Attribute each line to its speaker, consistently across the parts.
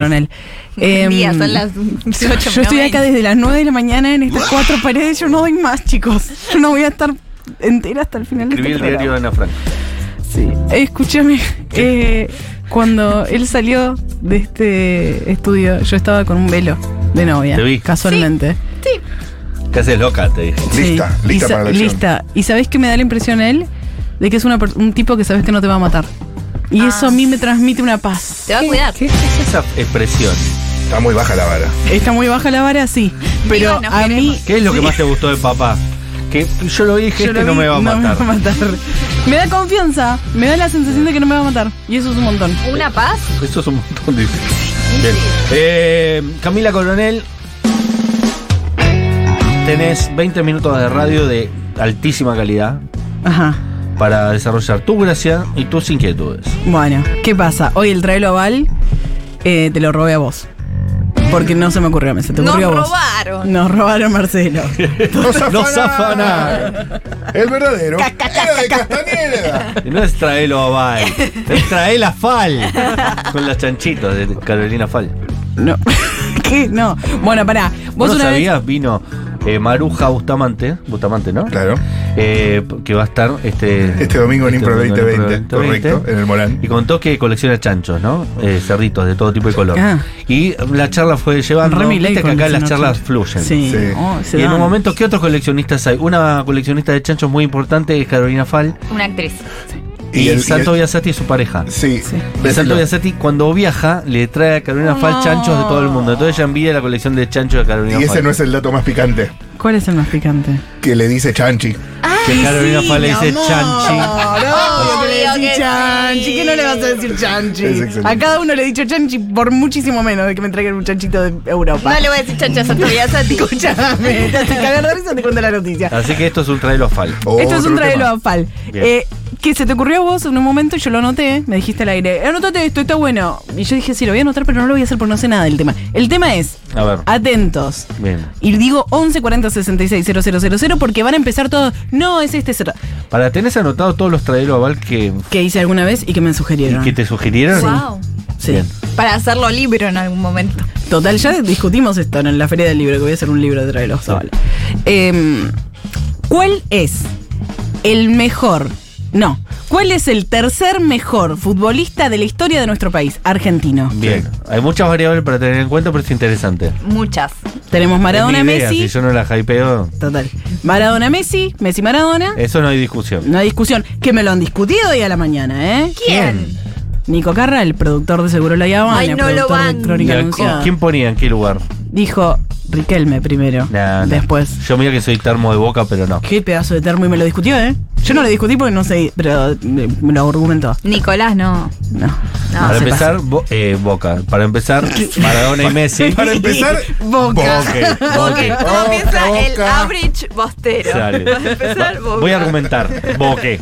Speaker 1: Coronel. Em,
Speaker 2: Día, son las 8.
Speaker 1: yo estoy acá desde las 9 de la mañana en estas cuatro paredes. Yo no doy más, chicos. Yo no voy a estar entera hasta el final de
Speaker 3: Escribí
Speaker 1: este
Speaker 3: el diario
Speaker 1: programa.
Speaker 3: de Ana Frank.
Speaker 1: Sí. Eh, Escúchame, eh, cuando él salió de este estudio, yo estaba con un velo de novia.
Speaker 3: Te vi.
Speaker 1: Casualmente.
Speaker 3: Te haces loca, te dije.
Speaker 4: Lista,
Speaker 1: Sí.
Speaker 4: lista
Speaker 1: Y sa-
Speaker 4: para la elección.
Speaker 1: Lista. ¿Y sabés qué me da la impresión él? De que es una per- un tipo que sabes que no te va a matar. Y
Speaker 2: Ah.
Speaker 1: eso a mí me transmite una paz.
Speaker 2: Te va a cuidar.
Speaker 3: ¿Qué es esa expresión?
Speaker 4: Está muy baja la vara.
Speaker 1: Está muy baja la vara, sí. Pero
Speaker 2: Vivas, nos
Speaker 1: a mí
Speaker 2: queremos.
Speaker 3: ¿Qué es lo que más te gustó de papá? Que yo lo dije,
Speaker 1: Yo
Speaker 3: este
Speaker 1: lo
Speaker 3: no
Speaker 1: vi,
Speaker 3: me va a matar.
Speaker 1: me va a matar. Me da confianza, me da la sensación de que no me va a matar. Y eso es un montón.
Speaker 2: Una paz.
Speaker 3: Esto es un montón de. Bien. Eh, Camila Coronel, tenés 20 minutos de radio de altísima calidad
Speaker 1: Ajá.
Speaker 3: para desarrollar tu gracia y tus inquietudes.
Speaker 1: Bueno, ¿qué pasa? Hoy el trailo oval eh, te lo robé a vos. Porque no se me ocurrió a mí, se te
Speaker 2: Nos
Speaker 1: ocurrió a vos.
Speaker 2: robaron.
Speaker 1: Nos robaron Marcelo.
Speaker 4: Los
Speaker 3: Los afanaron.
Speaker 4: El verdadero. Era de Castañeda.
Speaker 3: Y No es traelo oval, es traela fal. Con las chanchitos de Carolina Fal.
Speaker 1: No. ¿Qué? No. Bueno, pará.
Speaker 3: ¿Vos
Speaker 1: Vos
Speaker 3: no
Speaker 1: una
Speaker 3: sabías? Vino eh, Maruja Bustamante, Bustamante, ¿no?
Speaker 4: Claro.
Speaker 3: Eh, que va a estar este,
Speaker 4: Este domingo en Impro
Speaker 3: domingo
Speaker 4: 2020.
Speaker 3: Impro 2020.
Speaker 4: Correcto, en el Morán.
Speaker 3: Y contó que colecciona chanchos, ¿no? Eh, cerditos de todo tipo de color.
Speaker 1: Ah.
Speaker 3: Y la charla fue
Speaker 1: vez.
Speaker 3: llevando.
Speaker 1: Re Milei
Speaker 3: Viste que
Speaker 1: con
Speaker 3: acá
Speaker 1: el
Speaker 3: las
Speaker 1: señor
Speaker 3: charlas
Speaker 1: Trump.
Speaker 3: fluyen.
Speaker 1: Sí.
Speaker 4: Sí.
Speaker 1: Oh, se
Speaker 3: Y en
Speaker 1: dan.
Speaker 3: un momento, ¿qué otros coleccionistas hay? Una coleccionista de chanchos muy importante es Carolina Fal
Speaker 2: Una actriz.
Speaker 3: y,
Speaker 4: el-
Speaker 3: el Santo
Speaker 4: y el-
Speaker 3: Biasati es su pareja.
Speaker 4: Sí.
Speaker 1: Sí.
Speaker 3: El Santo
Speaker 4: Decilo.
Speaker 3: Biasati cuando viaja le trae a Carolina Fal chanchos de todo el mundo. Entonces ella envidia la colección de chanchos de Carolina
Speaker 4: Y
Speaker 3: Fal.
Speaker 4: ese no es el dato más picante.
Speaker 1: ¿Cuál es el más picante?
Speaker 4: Que le dice Chanchi.
Speaker 3: Que Carolina Fal le dice chanchi.
Speaker 1: No, que le
Speaker 2: Obvio
Speaker 1: decís
Speaker 2: que
Speaker 1: chanchi.
Speaker 2: sí.
Speaker 1: ¿Qué no le vas a decir chanchi?
Speaker 4: Es excelente.
Speaker 1: A cada uno le he dicho chanchi por muchísimo menos de que me traigan un chanchito de Europa.
Speaker 2: No le voy a decir chanchas a tu vida, a ti.
Speaker 1: Escúchame, te hace cagar de risa, te cuento la noticia.
Speaker 3: Así que esto es un traelo Fal.
Speaker 1: Esto es
Speaker 4: Otro
Speaker 1: un traelo
Speaker 4: tema.
Speaker 1: a Fal.
Speaker 3: Ah, Bien.
Speaker 1: Eh, que se te ocurrió a vos en un momento y yo lo anoté, me dijiste al aire, anotate esto, está bueno. Y yo dije, sí, lo voy a anotar, pero no lo voy a hacer porque no sé nada del tema. El tema es,
Speaker 3: A ver.
Speaker 1: Ah. atentos.
Speaker 3: Bien.
Speaker 1: Y digo 11 40 66 000 porque van a empezar todos, no, es este, es otro",
Speaker 3: Para tenés anotado todos los traeros aval que,
Speaker 1: que hice alguna vez y que me sugirieron.
Speaker 3: que te sugirieron.
Speaker 2: Wow.
Speaker 1: Sí.
Speaker 3: Bien.
Speaker 2: Para hacerlo libro en algún momento.
Speaker 1: Total, ya discutimos esto en la Feria del Libro, que voy a hacer un libro de Trae los Zavala. Em, ¿Cuál es el mejor? No, ¿cuál es el tercer mejor futbolista de la historia de nuestro país, argentino?
Speaker 3: Bien. Hay muchas variables para tener en cuenta, pero es interesante.
Speaker 2: Muchas.
Speaker 1: Tenemos Maradona,
Speaker 3: Es mi idea,
Speaker 1: Messi.
Speaker 3: Si yo no la hypeo,
Speaker 1: Total. Maradona, Messi, Messi, Maradona.
Speaker 3: eso no hay discusión.
Speaker 1: No hay discusión, que me lo han discutido hoy a la mañana, ¿eh?
Speaker 2: ¿Quién?
Speaker 1: Nico Carra, el productor de Seguro La Habana,
Speaker 2: Ay, no
Speaker 1: productor
Speaker 2: lo
Speaker 1: de
Speaker 2: banco.
Speaker 1: Crónica
Speaker 3: Y a-
Speaker 1: Anunciada,
Speaker 3: ¿Quién ponía en qué lugar?
Speaker 1: dijo Riquelme primero,
Speaker 3: Nah, nah.
Speaker 1: después
Speaker 3: Yo mira que soy termo de boca, pero no.
Speaker 1: Qué pedazo de termo y me lo discutió, ¿eh? Yo no lo discutí porque no sé, pero eh, me lo argumentó.
Speaker 2: Nicolás, no.
Speaker 1: No.
Speaker 2: No,
Speaker 3: para
Speaker 1: se
Speaker 3: empezar, bo- eh, boca. Para empezar, Maradona y Messi.
Speaker 4: Para empezar,
Speaker 1: Boca.
Speaker 4: Boca.
Speaker 2: Porque
Speaker 4: Boca,
Speaker 2: todo piensa el
Speaker 4: boca.
Speaker 2: average bostero.
Speaker 3: Dale.
Speaker 2: Para empezar,
Speaker 3: Va- Voy a
Speaker 2: boca.
Speaker 3: argumentar. Boque,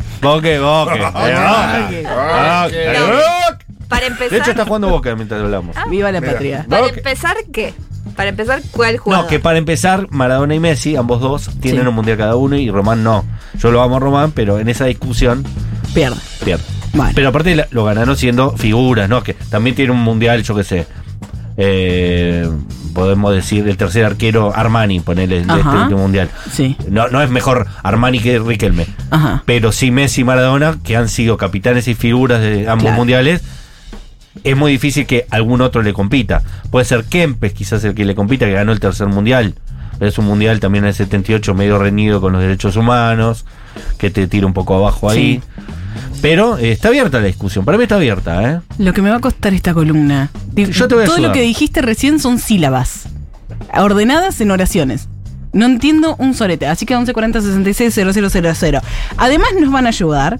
Speaker 3: boque, boque. Eh,
Speaker 4: Ah,
Speaker 3: boque.
Speaker 4: ah,
Speaker 3: Boque.
Speaker 2: Para
Speaker 3: De hecho, está
Speaker 2: empezar.
Speaker 3: jugando boca mientras hablamos.
Speaker 1: Viva la
Speaker 4: Mira.
Speaker 1: patria.
Speaker 2: ¿Para
Speaker 4: Ok.
Speaker 2: empezar qué? Para empezar, ¿cuál jugador?
Speaker 3: No, que para empezar, Maradona y Messi, ambos dos, tienen
Speaker 1: Sí.
Speaker 3: un mundial cada uno y Román no. Yo lo amo a Román, pero en esa discusión
Speaker 1: Pierde.
Speaker 3: pierde.
Speaker 1: Bueno.
Speaker 3: Pero aparte la- lo ganaron siendo figuras, ¿no? Que también tiene un mundial, yo qué sé. Eh, podemos decir el tercer arquero Armani, ponerle el de este
Speaker 1: Ajá.
Speaker 3: último mundial.
Speaker 1: Sí.
Speaker 3: No, no es mejor Armani que Riquelme.
Speaker 1: Ajá.
Speaker 3: Pero sí Messi y Maradona, que han sido capitanes y figuras de ambos
Speaker 1: Claro.
Speaker 3: mundiales, es muy difícil que algún otro le compita. Puede ser Kempes quizás el que le compita, que ganó el tercer mundial. Es un mundial también en el 78 medio reñido con los derechos humanos, que te tira un poco abajo ahí. Pero eh, está abierta la discusión, para mí está abierta, ¿eh?
Speaker 1: Lo que me va a costar esta columna. Di-
Speaker 3: Yo te voy a
Speaker 1: Todo
Speaker 3: ayudar.
Speaker 1: lo que dijiste recién son sílabas. Ordenadas en oraciones. No entiendo un sorete. Así que 1140 66 000. Además nos van a ayudar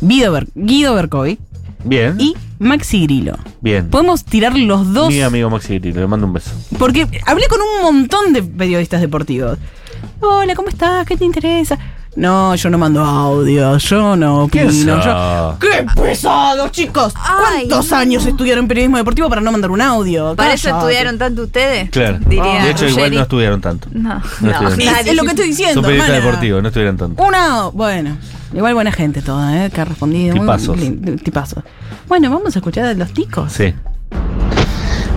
Speaker 1: Guido, Ber Guido Bercovi
Speaker 3: Bien,
Speaker 1: y Maxi Grillo.
Speaker 3: bien.
Speaker 1: Podemos tirar los dos.
Speaker 3: Mi amigo Maxi Grillo, le mando un beso.
Speaker 1: Porque hablé con un montón de periodistas deportivos. Hola, ¿cómo estás? ¿Qué te interesa? No, yo no mando audio, yo no opino.
Speaker 3: ¿Quién
Speaker 1: Yo...
Speaker 3: sos?
Speaker 1: ¡Qué pesados, chicos!
Speaker 2: Ay,
Speaker 1: ¿Cuántos
Speaker 2: no.
Speaker 1: años estudiaron periodismo deportivo para no mandar un audio?
Speaker 2: ¿Para eso
Speaker 1: Cállate.
Speaker 2: estudiaron tanto ustedes?
Speaker 3: Claro.
Speaker 2: Diría
Speaker 3: de hecho, igual
Speaker 2: Ruggeri.
Speaker 3: no estudiaron tanto.
Speaker 2: No,
Speaker 3: No
Speaker 2: no.
Speaker 3: estudiaron.
Speaker 1: Es, es lo que estoy diciendo.
Speaker 3: Son periodistas
Speaker 1: hermana.
Speaker 3: deportivos, no estuvieron tanto.
Speaker 1: Una, bueno, igual buena gente toda, ¿eh? Que ha respondido. muy-
Speaker 3: Tipazos.
Speaker 1: li- Tipazos. Bueno, vamos a escuchar a los ticos.
Speaker 3: Sí.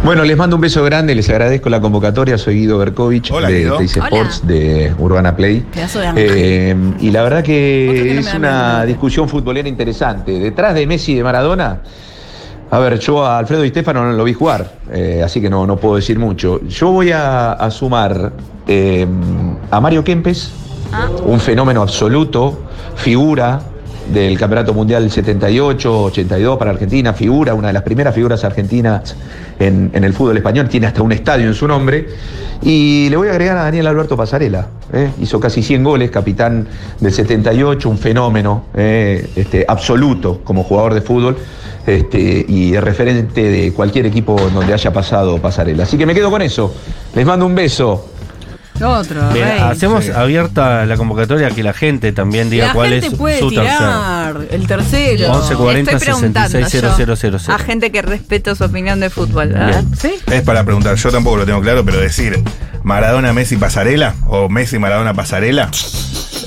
Speaker 5: Bueno, les mando un beso grande, les agradezco la convocatoria. Soy Guido Berkovich
Speaker 4: Hola,
Speaker 5: de
Speaker 4: Guido.
Speaker 5: Teis
Speaker 2: Hola.
Speaker 5: Sports, de Urbana Play.
Speaker 1: Pedazo de ángel.
Speaker 5: Eh, y la verdad
Speaker 1: Otro que
Speaker 5: que
Speaker 1: no me
Speaker 5: es
Speaker 1: da
Speaker 5: una
Speaker 1: miedo.
Speaker 5: discusión futbolera interesante. Detrás de Messi y de Maradona, a ver, yo a Alfredo y Stefano no lo vi jugar, eh, así que no, no puedo decir mucho. Yo voy a, a sumar eh, a Mario Kempes, un fenómeno absoluto, figura del Campeonato Mundial 78-82 para Argentina, figura, una de las primeras figuras argentinas en, en el fútbol español, tiene hasta un estadio en su nombre. Y le voy a agregar a Daniel Alberto Pasarela, ¿eh? hizo casi 100 goles, capitán del 78, un fenómeno ¿eh? este, absoluto como jugador de fútbol este, y de referente de cualquier equipo donde haya pasado Pasarela. Así que me quedo con eso, les mando un beso.
Speaker 1: Otro,
Speaker 3: Bien,
Speaker 1: rey.
Speaker 3: hacemos
Speaker 4: Sí.
Speaker 3: abierta la convocatoria que la gente también diga
Speaker 1: la
Speaker 3: cuál
Speaker 1: gente
Speaker 3: es
Speaker 1: puede
Speaker 3: su tercer.
Speaker 1: tirar el tercero.
Speaker 3: 11,
Speaker 1: Eh,
Speaker 3: 40,
Speaker 2: Estoy preguntando
Speaker 3: 66,
Speaker 2: yo
Speaker 3: 0000.
Speaker 2: a gente que respeto su opinión de fútbol, ¿verdad?
Speaker 3: Bien.
Speaker 1: ¿Sí?
Speaker 4: Es para preguntar, yo tampoco lo tengo claro, pero decir Maradona, Messi, Pasarela o Messi, Maradona, Pasarela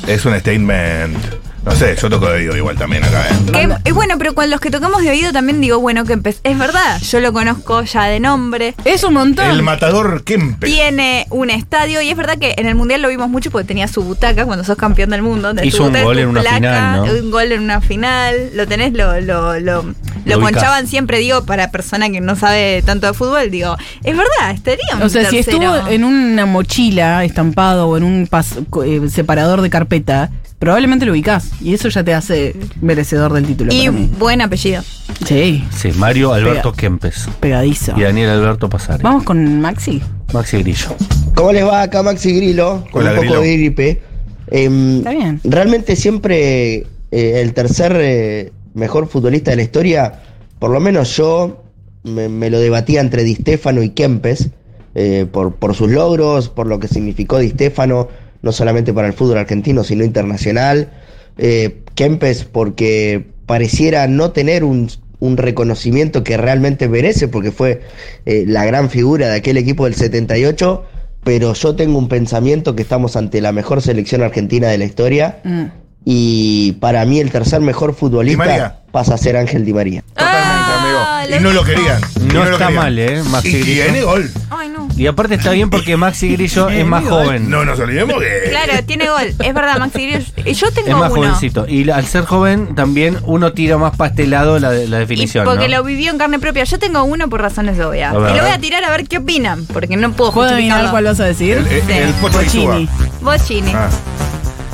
Speaker 4: es un statement. No sé, yo toco de oído igual también acá, ¿eh?
Speaker 2: Que- y bueno, pero con los que tocamos de oído también digo, bueno, que empe- es verdad, yo lo conozco ya de nombre.
Speaker 1: Es un montón.
Speaker 4: El matador Kempe.
Speaker 2: Tiene un estadio y es verdad que en el mundial lo vimos mucho porque tenía su butaca cuando sos campeón del mundo. tenés
Speaker 3: Hizo
Speaker 2: tu
Speaker 3: un
Speaker 2: butaca,
Speaker 3: gol
Speaker 2: tu
Speaker 3: en una final, ¿no?
Speaker 2: Un gol en una final. Lo tenés, lo, lo, lo, lo,
Speaker 3: Lo
Speaker 2: conchaban siempre, digo, para persona que no sabe tanto de fútbol, digo, es verdad, estaría un
Speaker 1: O sea, si
Speaker 2: tercero.
Speaker 1: estuvo en una mochila estampado o en un pas- co- eh, separador de carpeta, probablemente lo ubicás. Y eso ya te hace merecedor del título.
Speaker 2: Y
Speaker 1: para mí.
Speaker 2: buen apellido.
Speaker 1: Sí,
Speaker 3: Sí, Mario Alberto
Speaker 1: Pega.
Speaker 3: Kempes
Speaker 1: pegadizo.
Speaker 3: y Daniel Alberto Pasarela.
Speaker 1: Vamos con Maxi.
Speaker 3: Maxi Grillo.
Speaker 6: ¿Cómo les va acá Maxi Grillo? Con
Speaker 4: Hola,
Speaker 6: un
Speaker 4: Grillo.
Speaker 6: poco de gripe. Em,
Speaker 1: Está bien.
Speaker 6: Realmente siempre eh, el tercer eh, mejor futbolista de la historia, por lo menos yo me, me lo debatía entre Di Stefano y Kempes, eh, por, por sus logros, por lo que significó Di Stefano, no solamente para el fútbol argentino, sino internacional. Eh, Kempes porque pareciera no tener un, un reconocimiento que realmente merece, porque fue eh, la gran figura de aquel equipo del 78, pero yo tengo un pensamiento que estamos ante la mejor selección argentina de la historia
Speaker 1: Mm.
Speaker 6: y para mí el tercer mejor
Speaker 4: Di María.
Speaker 6: futbolista pasa a ser Ángel Di María.
Speaker 4: Totalmente,
Speaker 2: Ah,
Speaker 4: amigo.
Speaker 2: lo
Speaker 4: Y no lo
Speaker 2: dijo.
Speaker 4: querían. y
Speaker 3: No
Speaker 4: lo
Speaker 3: está mal, ¿eh? Maxi
Speaker 4: y
Speaker 3: Grillo.
Speaker 4: tiene gol.
Speaker 2: Ay, no.
Speaker 3: Y aparte está bien porque Maxi Grillo es más joven.
Speaker 4: eh, No nos olvidemos que.
Speaker 2: Claro, tiene gol. Es verdad, Maxi Grillo. Yo tengo
Speaker 3: Es más
Speaker 2: uno.
Speaker 3: jovencito. Y la- al ser joven, también uno tira más pastelado la, de- la
Speaker 2: Y
Speaker 3: definición.
Speaker 2: porque
Speaker 3: ¿no?
Speaker 2: lo vivió en carne propia. Yo tengo uno por razones obvias.
Speaker 3: A ver,
Speaker 2: Y
Speaker 3: a
Speaker 2: lo voy a
Speaker 3: ver.
Speaker 2: tirar a ver qué opinan, porque no puedo
Speaker 1: ¿Puedo adivinar
Speaker 2: justificarlo.
Speaker 1: cuál vas a decir?
Speaker 4: El, eh, el, el Pocho
Speaker 1: Pochini.
Speaker 4: Isuba.
Speaker 2: Bochini.
Speaker 4: Ah,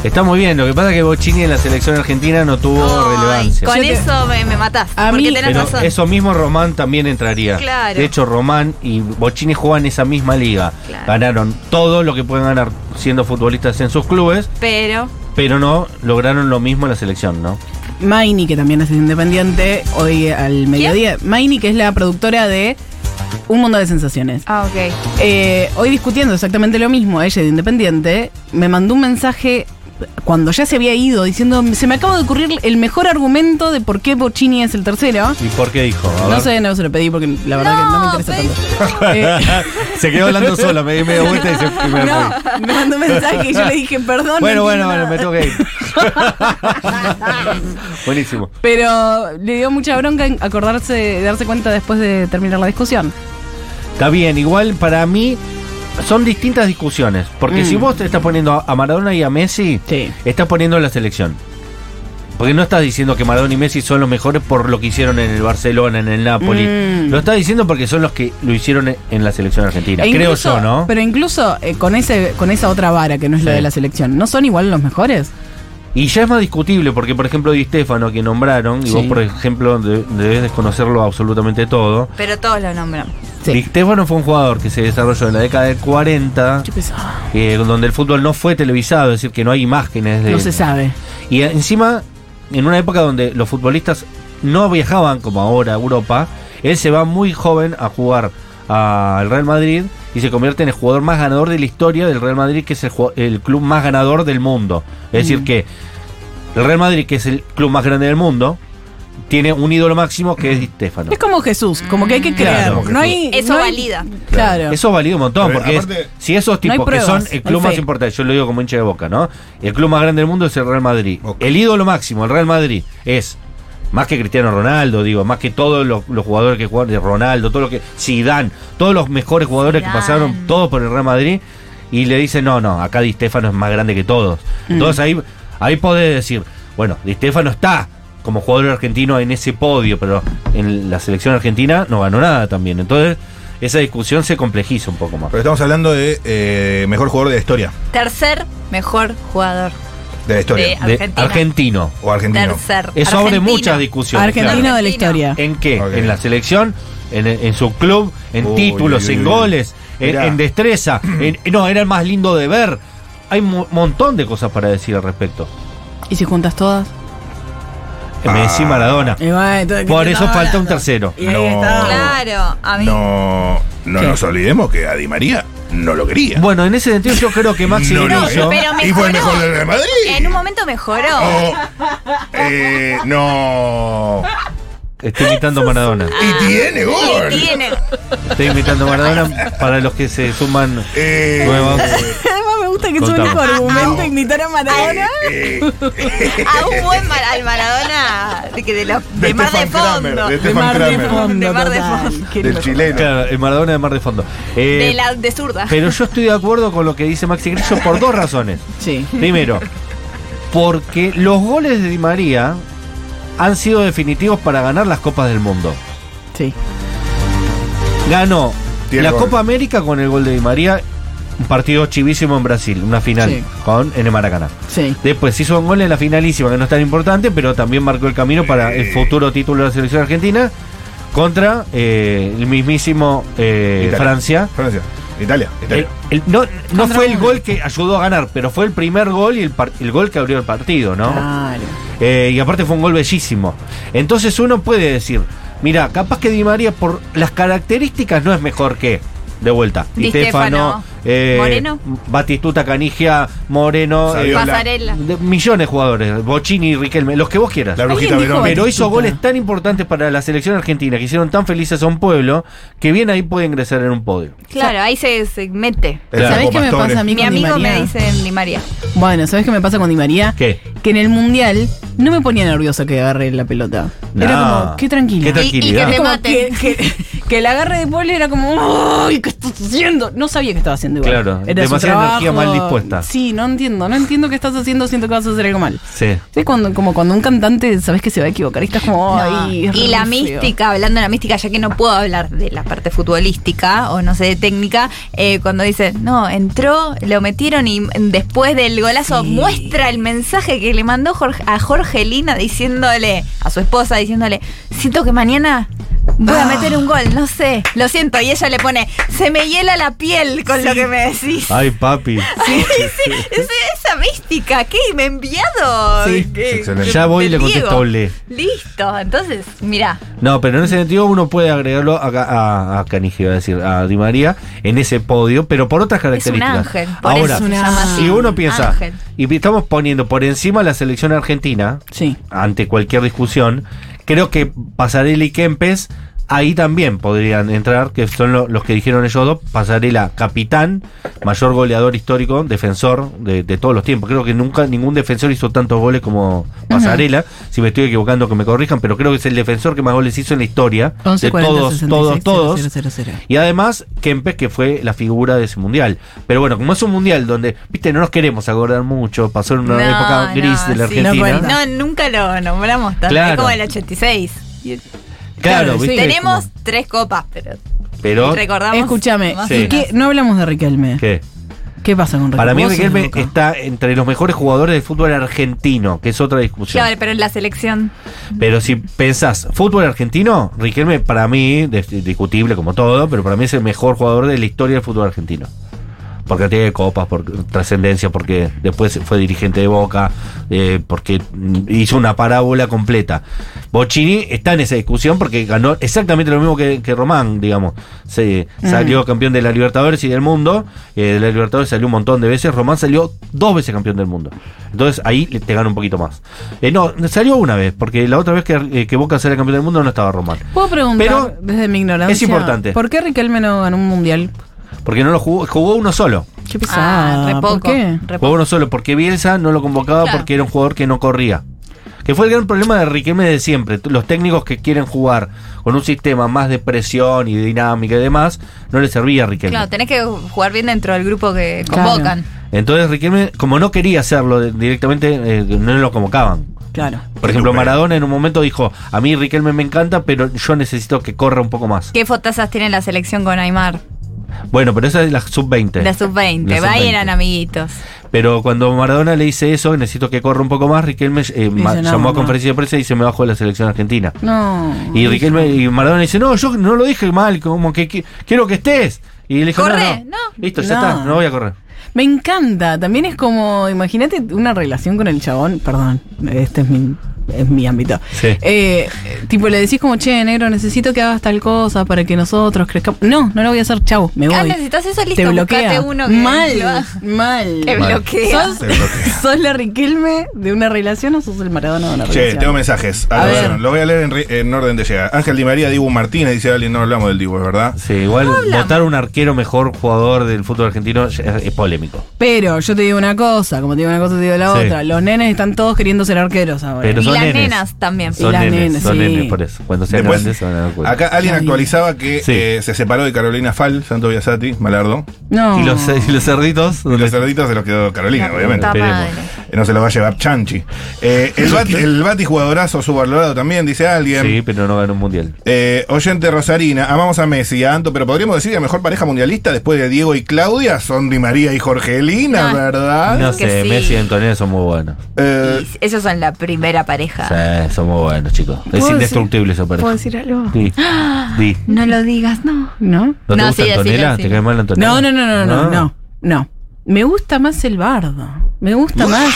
Speaker 3: Está muy bien. Lo que pasa es que Bochini en la selección argentina no tuvo
Speaker 2: Ay,
Speaker 3: relevancia.
Speaker 2: Con
Speaker 1: Yo te-
Speaker 2: eso me, me matás.
Speaker 1: A
Speaker 2: porque
Speaker 1: mí-
Speaker 2: tenés
Speaker 3: Pero
Speaker 2: razón.
Speaker 3: eso mismo Román también entraría.
Speaker 2: Claro.
Speaker 3: De hecho, Román y Bochini juegan esa misma liga.
Speaker 2: Claro.
Speaker 3: Ganaron todo lo que pueden ganar siendo futbolistas en sus clubes,
Speaker 2: Pero
Speaker 3: pero no lograron lo mismo en la selección, ¿no?
Speaker 1: Maini, que también es independiente, hoy al mediodía. Maini, que es la productora de Un Mundo de Sensaciones.
Speaker 2: Ah, ok.
Speaker 1: Eh, hoy discutiendo exactamente lo mismo, ella de Independiente, me mandó un mensaje cuando ya se había ido diciendo, se me acaba de ocurrir el mejor argumento de por qué Bocini es el tercero.
Speaker 3: ¿Y por qué dijo? A
Speaker 1: No
Speaker 3: ver.
Speaker 1: sé, no se lo pedí porque la verdad que no me interesa tanto. Eh,
Speaker 3: Ah, se quedó hablando sola, me di media vuelta y se y me
Speaker 1: no,
Speaker 3: fui.
Speaker 1: me mandó un mensaje y yo le dije, perdón.
Speaker 3: Bueno,
Speaker 1: no
Speaker 3: bueno,
Speaker 1: entiendo
Speaker 3: bueno,
Speaker 1: nada".
Speaker 3: me tengo que ir. Buenísimo.
Speaker 1: Pero le dio mucha bronca en acordarse, darse cuenta después de terminar la discusión.
Speaker 3: Está bien, igual para mí son distintas discusiones. Porque
Speaker 1: Mm.
Speaker 3: si vos te estás poniendo a- a Maradona y a Messi,
Speaker 1: Sí.
Speaker 3: estás poniendo la selección. Porque no estás diciendo que Maradona y Messi son los mejores por lo que hicieron en el Barcelona, en el Napoli.
Speaker 1: Mm.
Speaker 3: Lo estás diciendo porque son los que lo hicieron en- en la selección argentina.
Speaker 1: E
Speaker 3: Creo
Speaker 1: incluso-
Speaker 3: yo, ¿no?
Speaker 1: Pero incluso eh, con, ese, con esa otra vara que no es la
Speaker 3: Sí.
Speaker 1: de la selección, ¿no son igual los mejores?
Speaker 3: Y ya es más discutible porque, por ejemplo, Di Stefano, que nombraron, y
Speaker 1: Sí.
Speaker 3: vos, por ejemplo, de- debes desconocerlo absolutamente todo.
Speaker 2: Pero todos lo nombran.
Speaker 1: Sí.
Speaker 3: Di Stefano fue un jugador que se desarrolló en la década del 40,
Speaker 1: Yo pienso, ah,
Speaker 3: eh, donde el fútbol no fue televisado, es decir, que no hay imágenes de...
Speaker 1: no se sabe.
Speaker 3: Y encima, en una época donde los futbolistas no viajaban como ahora a Europa, él se va muy joven a jugar al Real Madrid y se convierte en el jugador más ganador de la historia del Real Madrid, que es el, ju- el club más ganador del mundo. Es decir, que el Real Madrid, que es el club más grande del mundo, tiene un ídolo máximo que es Di Stefano.
Speaker 1: Es como Jesús, Mm. como que hay que
Speaker 3: Claro,
Speaker 1: creer.
Speaker 3: como
Speaker 1: no hay,
Speaker 2: Eso
Speaker 1: no hay-
Speaker 2: valida.
Speaker 1: Claro.
Speaker 3: Eso valió un montón,
Speaker 4: Pero,
Speaker 3: porque es-
Speaker 4: aparte-
Speaker 3: si esos
Speaker 1: No hay
Speaker 3: tipos que son
Speaker 1: pruebas,
Speaker 3: el
Speaker 1: hay
Speaker 3: club
Speaker 1: fe.
Speaker 3: más importante, yo lo digo como hincha de boca, ¿no? El club más grande del mundo es el Real Madrid.
Speaker 4: Ok.
Speaker 3: El ídolo máximo, el Real Madrid, es Más que Cristiano Ronaldo, digo, más que todos los, los jugadores que jugaron, de Ronaldo, todo lo que. Zidane, todos los mejores jugadores que
Speaker 2: Zidane.
Speaker 3: pasaron, todos por el Real Madrid, y le dicen, no, no, acá Di Stefano es más grande que todos.
Speaker 2: Mm.
Speaker 3: Entonces ahí, ahí podés decir, bueno, Di Stefano está como jugador argentino en ese podio, pero en la selección argentina no ganó nada también. Entonces, esa discusión se complejiza un poco más.
Speaker 4: Pero estamos hablando de eh, mejor jugador de la historia.
Speaker 2: Tercer mejor jugador.
Speaker 4: De la historia.
Speaker 2: De-
Speaker 3: De
Speaker 2: Argentina.
Speaker 3: argentino.
Speaker 4: O argentino.
Speaker 2: Tercer.
Speaker 3: Eso abre
Speaker 2: Argentino.
Speaker 3: muchas discusiones.
Speaker 1: Argentino
Speaker 3: claro.
Speaker 1: de la
Speaker 2: Argentino.
Speaker 1: historia.
Speaker 3: ¿En qué?
Speaker 4: Ok.
Speaker 3: En la selección, en, en su club, en
Speaker 4: Uy,
Speaker 3: títulos,
Speaker 4: uy,
Speaker 3: en
Speaker 4: uy.
Speaker 3: goles, en,
Speaker 4: Mirá.
Speaker 3: en destreza. en- no, era el más lindo de ver. Hay un montón de cosas para decir al respecto.
Speaker 1: ¿Y si juntas todas?
Speaker 4: Ah.
Speaker 3: Messi, Maradona.
Speaker 2: Eh,
Speaker 1: Y bueno, entonces, ¿qué
Speaker 3: Por
Speaker 1: te
Speaker 3: eso
Speaker 1: estaba
Speaker 3: falta un
Speaker 1: hablando?
Speaker 3: tercero.
Speaker 1: Y ahí
Speaker 4: No.
Speaker 1: está.
Speaker 2: Claro, a mí.
Speaker 4: No, no
Speaker 1: ¿Qué?
Speaker 4: nos olvidemos que a Di María no lo quería.
Speaker 3: Bueno, en ese sentido yo creo que Maxi
Speaker 4: no, lo
Speaker 3: Grillo-
Speaker 4: quería.
Speaker 2: pero
Speaker 4: y fue
Speaker 2: mejoró.
Speaker 4: el mejor del Real Madrid.
Speaker 2: En un momento mejoró.
Speaker 4: Oh, eh, no.
Speaker 3: Estoy imitando a Maradona.
Speaker 4: Y tiene gol.
Speaker 2: Ah, Y tiene.
Speaker 3: Estoy imitando a Maradona para los que se suman
Speaker 4: Eh,
Speaker 3: nuevos.
Speaker 1: Además me gusta que es su
Speaker 3: Contame.
Speaker 1: único argumento imitar a Maradona.
Speaker 4: eh,
Speaker 2: A un buen Mar- al Maradona de, que de, los- de
Speaker 4: De
Speaker 2: mar de
Speaker 4: Stefan Kramer,
Speaker 2: fondo.
Speaker 4: de
Speaker 1: De
Speaker 4: Stefan
Speaker 1: mar de
Speaker 4: Kramer.
Speaker 1: fondo.
Speaker 2: De mar de
Speaker 1: total.
Speaker 2: fondo.
Speaker 1: Qué
Speaker 4: Del
Speaker 1: loco.
Speaker 4: chileno.
Speaker 3: Claro, el Maradona de Mar de Fondo. Eh,
Speaker 2: De la de zurda.
Speaker 3: Pero yo estoy de acuerdo con lo que dice Maxi Grillo por dos razones.
Speaker 1: Sí.
Speaker 3: Primero, porque los goles de Di María han sido definitivos para ganar las Copas del Mundo.
Speaker 1: Sí.
Speaker 3: Ganó
Speaker 4: Tiene
Speaker 3: la
Speaker 4: gol.
Speaker 3: Copa América con el gol de Di María, un partido chivísimo en Brasil, una final
Speaker 1: Sí.
Speaker 3: con en el Maracaná.
Speaker 1: Sí.
Speaker 3: Después hizo un gol en la finalísima, que no es tan importante, pero también marcó el camino para el futuro título de la selección argentina contra eh, el mismísimo eh,
Speaker 4: Italia.
Speaker 3: Francia.
Speaker 4: Francia. Italia.
Speaker 3: El-
Speaker 4: Italia.
Speaker 3: el- no no fue el gol que ayudó a ganar, pero fue el primer gol y el, par- el gol que abrió el partido, ¿no?
Speaker 2: Ah.
Speaker 1: Claro.
Speaker 3: Eh, y aparte fue un gol bellísimo. Entonces uno puede decir, mira, capaz que Di María por las características no es mejor que de vuelta.
Speaker 2: Di
Speaker 3: Di Stefano, eh,
Speaker 2: Stefano, Moreno.
Speaker 3: Batistuta Canigia, Moreno, eh,
Speaker 4: Saviola.
Speaker 2: Pasarela.
Speaker 3: de- millones de jugadores, Bochini, Riquelme, los que vos quieras.
Speaker 4: La brujita
Speaker 1: ¿Alguien dijo
Speaker 4: Verón.
Speaker 3: Pero hizo
Speaker 1: Batistuta.
Speaker 3: goles tan importantes para la selección argentina, que hicieron tan felices a un pueblo, que bien ahí puede ingresar en un podio.
Speaker 2: Claro, ahí se, se mete.
Speaker 4: El
Speaker 1: ¿Sabés
Speaker 4: Chapo
Speaker 1: qué me
Speaker 4: Pastore.
Speaker 1: pasa a mí
Speaker 2: Mi
Speaker 1: con Di
Speaker 2: amigo me
Speaker 1: María?
Speaker 2: dice Di María.
Speaker 1: Bueno, ¿sabés qué me pasa con Di María?
Speaker 3: ¿Qué?
Speaker 1: Que en el mundial no me ponía nerviosa que agarre la pelota. Era
Speaker 3: No.
Speaker 1: como, qué tranquila.
Speaker 3: Qué
Speaker 2: Y, y que
Speaker 3: Tranquilidad.
Speaker 2: te
Speaker 1: Como
Speaker 2: maten.
Speaker 1: Que, que- que el agarre de pole era como, ¡ay! ¿Qué estás haciendo? No sabía que estaba haciendo igual.
Speaker 3: Claro,
Speaker 1: Era su
Speaker 3: demasiada energía
Speaker 1: trabajo.
Speaker 3: mal dispuesta.
Speaker 1: Sí, no entiendo, no entiendo qué estás haciendo, siento que vas a hacer algo mal.
Speaker 3: Sí.
Speaker 1: Sí, cuando, como cuando un cantante sabes que se va a equivocar y estás como,
Speaker 2: No.
Speaker 1: ¡ay! es
Speaker 2: Y
Speaker 1: re
Speaker 2: la
Speaker 1: feo".
Speaker 2: mística, hablando de la mística, ya que no puedo hablar de la parte futbolística o no sé de técnica, eh, cuando dice, no, entró, lo metieron y mm, después del golazo
Speaker 1: Sí.
Speaker 2: muestra el mensaje que le mandó Jorge- a Jorgelina diciéndole, a su esposa diciéndole, siento que mañana voy
Speaker 1: Ah.
Speaker 2: a meter un gol, no sé, lo siento. Y ella le pone, se me hiela la piel con lo que me decís.
Speaker 3: Ay, papi.
Speaker 2: Sí, sí, es- esa mística, ¿qué? ¿Me he enviado?
Speaker 1: Sí.
Speaker 2: ¿Qué?
Speaker 4: Excelente.
Speaker 3: Ya voy y le
Speaker 2: Del
Speaker 3: contesto
Speaker 2: Diego.
Speaker 3: ole.
Speaker 2: Listo, entonces, mira,
Speaker 3: No, pero en ese sentido uno puede agregarlo a, Ca- a, a Caniggia, iba a decir, a Di María, en ese podio, pero por otras
Speaker 2: es un
Speaker 3: características.
Speaker 2: ángel. Por
Speaker 3: Ahora,
Speaker 2: eso se llama así.
Speaker 3: si uno piensa,
Speaker 2: Ángel.
Speaker 3: y estamos poniendo por encima la selección argentina,
Speaker 1: Sí.
Speaker 3: ante cualquier discusión, creo que Pasarela y Kempes ahí también podrían entrar, que son lo- los que dijeron ellos dos. Pasarela, capitán, mayor goleador histórico, defensor de, de todos los tiempos. Creo que nunca ningún defensor hizo tantos goles como Pasarela. Si me estoy equivocando, que me corrijan, pero creo que es el defensor que más goles hizo en la historia.
Speaker 1: 11,
Speaker 3: de
Speaker 1: 40,
Speaker 3: todos,
Speaker 1: 66,
Speaker 3: todos, todos.
Speaker 1: 000, 000.
Speaker 3: Y además, Kempes, que fue la figura de ese mundial. Pero bueno, como es un mundial donde, viste, no nos queremos acordar mucho, pasó en una
Speaker 2: No,
Speaker 3: época gris
Speaker 2: no,
Speaker 3: de la
Speaker 2: sí.
Speaker 1: No
Speaker 3: Argentina.
Speaker 1: cuenta.
Speaker 2: No, nunca lo nombramos tanto.
Speaker 3: Claro.
Speaker 2: Es como el 86.
Speaker 3: Claro,
Speaker 1: Claro,
Speaker 3: ¿viste?
Speaker 1: sí.
Speaker 2: Tenemos
Speaker 3: Como-
Speaker 2: tres copas, pero
Speaker 3: Pero,
Speaker 2: recordamos.
Speaker 1: Escúchame,
Speaker 2: más
Speaker 3: Sí.
Speaker 2: o
Speaker 1: ¿y
Speaker 2: menos.
Speaker 1: qué- no hablamos de Riquelme. ¿Qué,
Speaker 3: ¿qué?
Speaker 1: pasa con Riquelme?
Speaker 3: Para mí
Speaker 1: Vos sos
Speaker 3: Riquelme
Speaker 1: loca.
Speaker 3: está entre los mejores jugadores de fútbol argentino, que es otra discusión.
Speaker 2: Claro, pero en la selección.
Speaker 3: Pero si pensás, fútbol argentino, Riquelme para mí, de- discutible como todo, pero para mí es el mejor jugador de la historia del fútbol argentino. Porque tiene copas, por trascendencia, porque después fue dirigente de Boca, eh, porque hizo una parábola completa. Bocini está en esa discusión porque ganó exactamente lo mismo que, que Román, digamos. Se, Salió campeón de la Libertadores y del mundo. eh, de la Libertadores salió un montón de veces. Román salió dos veces campeón del mundo. Entonces ahí le- te gana un poquito más. Eh, no, salió una vez, porque la otra vez que, eh, que Boca sale campeón del mundo no estaba Román.
Speaker 1: Puedo preguntar
Speaker 3: Pero
Speaker 1: desde mi ignorancia.
Speaker 3: es importante.
Speaker 1: ¿Por qué Riquelme no ganó un mundial?
Speaker 3: Porque no lo jugó, jugó uno solo.
Speaker 1: Qué pesada.
Speaker 2: Ah, re
Speaker 1: ¿Por
Speaker 2: poco,
Speaker 1: qué?
Speaker 2: re poco.
Speaker 3: Jugó uno solo porque Bielsa no lo convocaba
Speaker 2: Claro.
Speaker 3: porque era un jugador que no corría. Que que fue el gran problema de Riquelme de siempre. T- Los técnicos que quieren jugar con un sistema más de presión y dinámica y demás, no le servía a Riquelme.
Speaker 2: Claro, tenés que jugar bien dentro del grupo que
Speaker 1: Claro.
Speaker 2: convocan.
Speaker 3: Entonces Riquelme, como no quería hacerlo de- directamente, eh, no lo convocaban.
Speaker 1: Claro.
Speaker 3: Por ejemplo,
Speaker 4: Lupe.
Speaker 3: Maradona en un momento dijo, a mí Riquelme me encanta, pero yo necesito que corra un poco más.
Speaker 2: ¿Qué fotazas tiene la selección con Aymar?
Speaker 3: Bueno, pero esa es la sub-20.
Speaker 2: La sub-20.
Speaker 3: La
Speaker 2: Va, ahí
Speaker 3: sub-20.
Speaker 2: eran amiguitos.
Speaker 3: Pero cuando Maradona le dice eso, necesito que corra un poco más, Riquelme eh, ma-
Speaker 1: Dice, no,
Speaker 3: llamó a
Speaker 1: no.
Speaker 3: conferencia de prensa y se me bajó de la selección argentina.
Speaker 1: No.
Speaker 3: Y Riquelme y Maradona dice, no, yo no lo dije mal, como que qui- quiero que estés. Y le dijo,
Speaker 2: Corre,
Speaker 3: no, no.
Speaker 2: no.
Speaker 3: Listo, ya
Speaker 1: No.
Speaker 3: está, no voy a correr.
Speaker 1: Me encanta. También es como, imagínate una relación con el chabón. Perdón, este es mi, es mi ámbito.
Speaker 3: Sí.
Speaker 1: Eh, tipo, le decís como, che, negro, necesito que hagas tal cosa para que nosotros crezcamos. No, no lo voy a hacer, chau, me voy.
Speaker 2: Ah, necesitas eso, listo.
Speaker 1: Te
Speaker 2: buscate
Speaker 1: bloquea.
Speaker 2: uno que lo
Speaker 1: mal,
Speaker 2: haga.
Speaker 1: mal.
Speaker 2: Te
Speaker 4: Mal.
Speaker 2: bloquea.
Speaker 1: ¿Sos,
Speaker 4: Te bloquea.
Speaker 1: sos la Riquelme de una relación o sos el Maradona de una
Speaker 4: Che,
Speaker 1: relación?
Speaker 4: tengo mensajes.
Speaker 1: A
Speaker 4: Atención,
Speaker 1: ver.
Speaker 4: Lo voy a leer en, ri- en orden de llegada. Ángel Di María, Dibu Martínez, dice alguien, no hablamos del Dibu, es verdad.
Speaker 3: Sí, igual
Speaker 2: hablamos.
Speaker 3: votar un arquero mejor jugador del fútbol argentino es, es polémico.
Speaker 1: Pero yo te digo una cosa, como te digo una cosa, te digo la
Speaker 3: Sí.
Speaker 1: otra. Los nenes están todos queriendo ser arqueros ahora.
Speaker 3: Pero
Speaker 2: Y
Speaker 3: son
Speaker 2: las
Speaker 3: nenes.
Speaker 2: nenas también.
Speaker 3: Son
Speaker 1: las
Speaker 3: nenes,
Speaker 1: nenas,
Speaker 3: son
Speaker 1: sí.
Speaker 3: nenes por eso. Cuando sean
Speaker 4: Después,
Speaker 3: grandes se van a dar cuenta.
Speaker 4: acá alguien
Speaker 1: Ay.
Speaker 4: actualizaba que
Speaker 3: Sí.
Speaker 4: eh, se separó de Carolina Fal, Santo Biasati, Malardo.
Speaker 1: no.
Speaker 3: Y los, y los cerditos,
Speaker 4: Y
Speaker 3: ¿dónde
Speaker 4: los cerditos se los quedó Carolina,
Speaker 2: La
Speaker 4: obviamente.
Speaker 2: puta
Speaker 3: Esperemos.
Speaker 2: madre.
Speaker 4: Eh, No se los va a llevar Chanchi. Eh, el, bati, el Bati jugadorazo subvalorado también, dice alguien.
Speaker 3: Sí, pero no ganó un mundial.
Speaker 4: Eh, oyente Rosarina, amamos a Messi y a Anto, pero podríamos decir que la mejor pareja mundialista después de Diego y Claudia son Di María y Jorgelina,
Speaker 1: Ah.
Speaker 2: No.
Speaker 4: ¿verdad?
Speaker 3: No
Speaker 2: que
Speaker 3: sé,
Speaker 2: sí.
Speaker 3: Messi y Antonella son muy buenos.
Speaker 4: Eh,
Speaker 2: Y Ellos son la primera pareja.
Speaker 3: Sí, son muy buenos, chicos. Es
Speaker 1: Ah. ¿Puedo
Speaker 3: indestructible esa pareja.
Speaker 1: ¿Puedo decir algo?
Speaker 3: Sí. Sí.
Speaker 2: No lo digas, no.
Speaker 1: ¿No?
Speaker 3: ¿No te
Speaker 2: No,
Speaker 3: gusta
Speaker 2: sí, decilo,
Speaker 3: Antonella?
Speaker 2: decilo.
Speaker 3: ¿Te cae mal Antonella?
Speaker 1: No, no, no, no, no, no, no. Me gusta más el bardo. Me gusta más.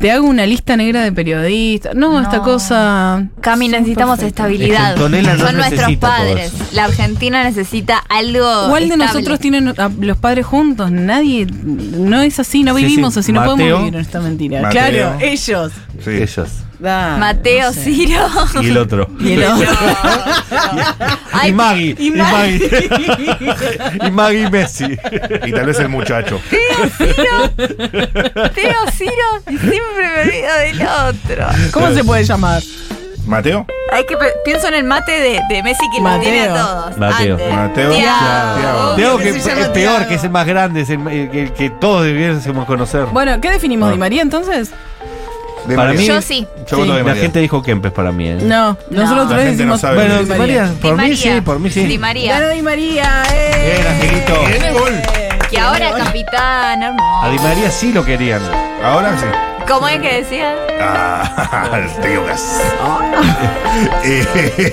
Speaker 1: Te hago una lista negra de periodistas. No,
Speaker 2: No.
Speaker 1: esta cosa.
Speaker 2: Cami,
Speaker 1: Son
Speaker 2: necesitamos
Speaker 1: perfectos.
Speaker 2: estabilidad.
Speaker 3: Es que Antonella no
Speaker 2: Son nuestros
Speaker 3: necesita todo
Speaker 2: padres.
Speaker 3: eso.
Speaker 2: La Argentina necesita algo.
Speaker 1: ¿Cuál de
Speaker 2: estable.
Speaker 1: nosotros tienen a los padres juntos? Nadie. No es así, no
Speaker 3: Sí,
Speaker 1: vivimos
Speaker 3: sí.
Speaker 1: así, no
Speaker 3: Mateo.
Speaker 1: podemos vivir en esta mentira.
Speaker 4: Mateo.
Speaker 1: Claro, ellos.
Speaker 4: sí.
Speaker 3: Ellos.
Speaker 1: Dale,
Speaker 2: Mateo,
Speaker 1: no sé.
Speaker 2: Ciro.
Speaker 3: Y el otro.
Speaker 1: Y el otro.
Speaker 2: Ay,
Speaker 3: y Maggie.
Speaker 1: y
Speaker 3: Y Maggie. y Maggie Messi.
Speaker 4: Y tal vez el muchacho.
Speaker 2: Mateo, Ciro. Y siempre me olvido del otro.
Speaker 1: ¿Cómo se puede llamar?
Speaker 4: ¿Mateo?
Speaker 2: Hay que pe- pienso en el mate de, de Messi que lo tiene a
Speaker 1: Mateo.
Speaker 2: todos.
Speaker 3: Mateo.
Speaker 2: Antes.
Speaker 4: Mateo.
Speaker 2: Tiago.
Speaker 4: Tiago.
Speaker 3: Tengo que
Speaker 1: Messi
Speaker 3: es
Speaker 1: se llama
Speaker 3: peor,
Speaker 1: Thiago.
Speaker 3: que es el más grande, es el ma- el que, que todos debiésemos conocer.
Speaker 1: Bueno, ¿qué definimos
Speaker 3: Ah.
Speaker 1: Di María entonces?
Speaker 4: De
Speaker 3: Para mí-
Speaker 2: Yo sí.
Speaker 4: Yo voto
Speaker 1: Sí.
Speaker 4: de
Speaker 3: la
Speaker 4: María.
Speaker 3: gente dijo Kempes para mí. ¿eh?
Speaker 1: No, nosotros
Speaker 2: La
Speaker 1: tres
Speaker 4: gente no
Speaker 1: decimos.
Speaker 4: sabe.
Speaker 3: Bueno,
Speaker 1: Di
Speaker 3: Di María,
Speaker 2: Di
Speaker 3: por mí
Speaker 2: María.
Speaker 3: sí, por mí sí.
Speaker 2: Di
Speaker 1: Ganó
Speaker 2: María.
Speaker 1: Di María, ¡eh!
Speaker 3: Bien, Angelito.
Speaker 4: Bien, gol.
Speaker 2: Que ahora capitán, hermoso.
Speaker 3: A Di María sí lo querían.
Speaker 4: Ahora sí.
Speaker 2: ¿Cómo es que decía?
Speaker 4: Ah, te equivocas. Eh,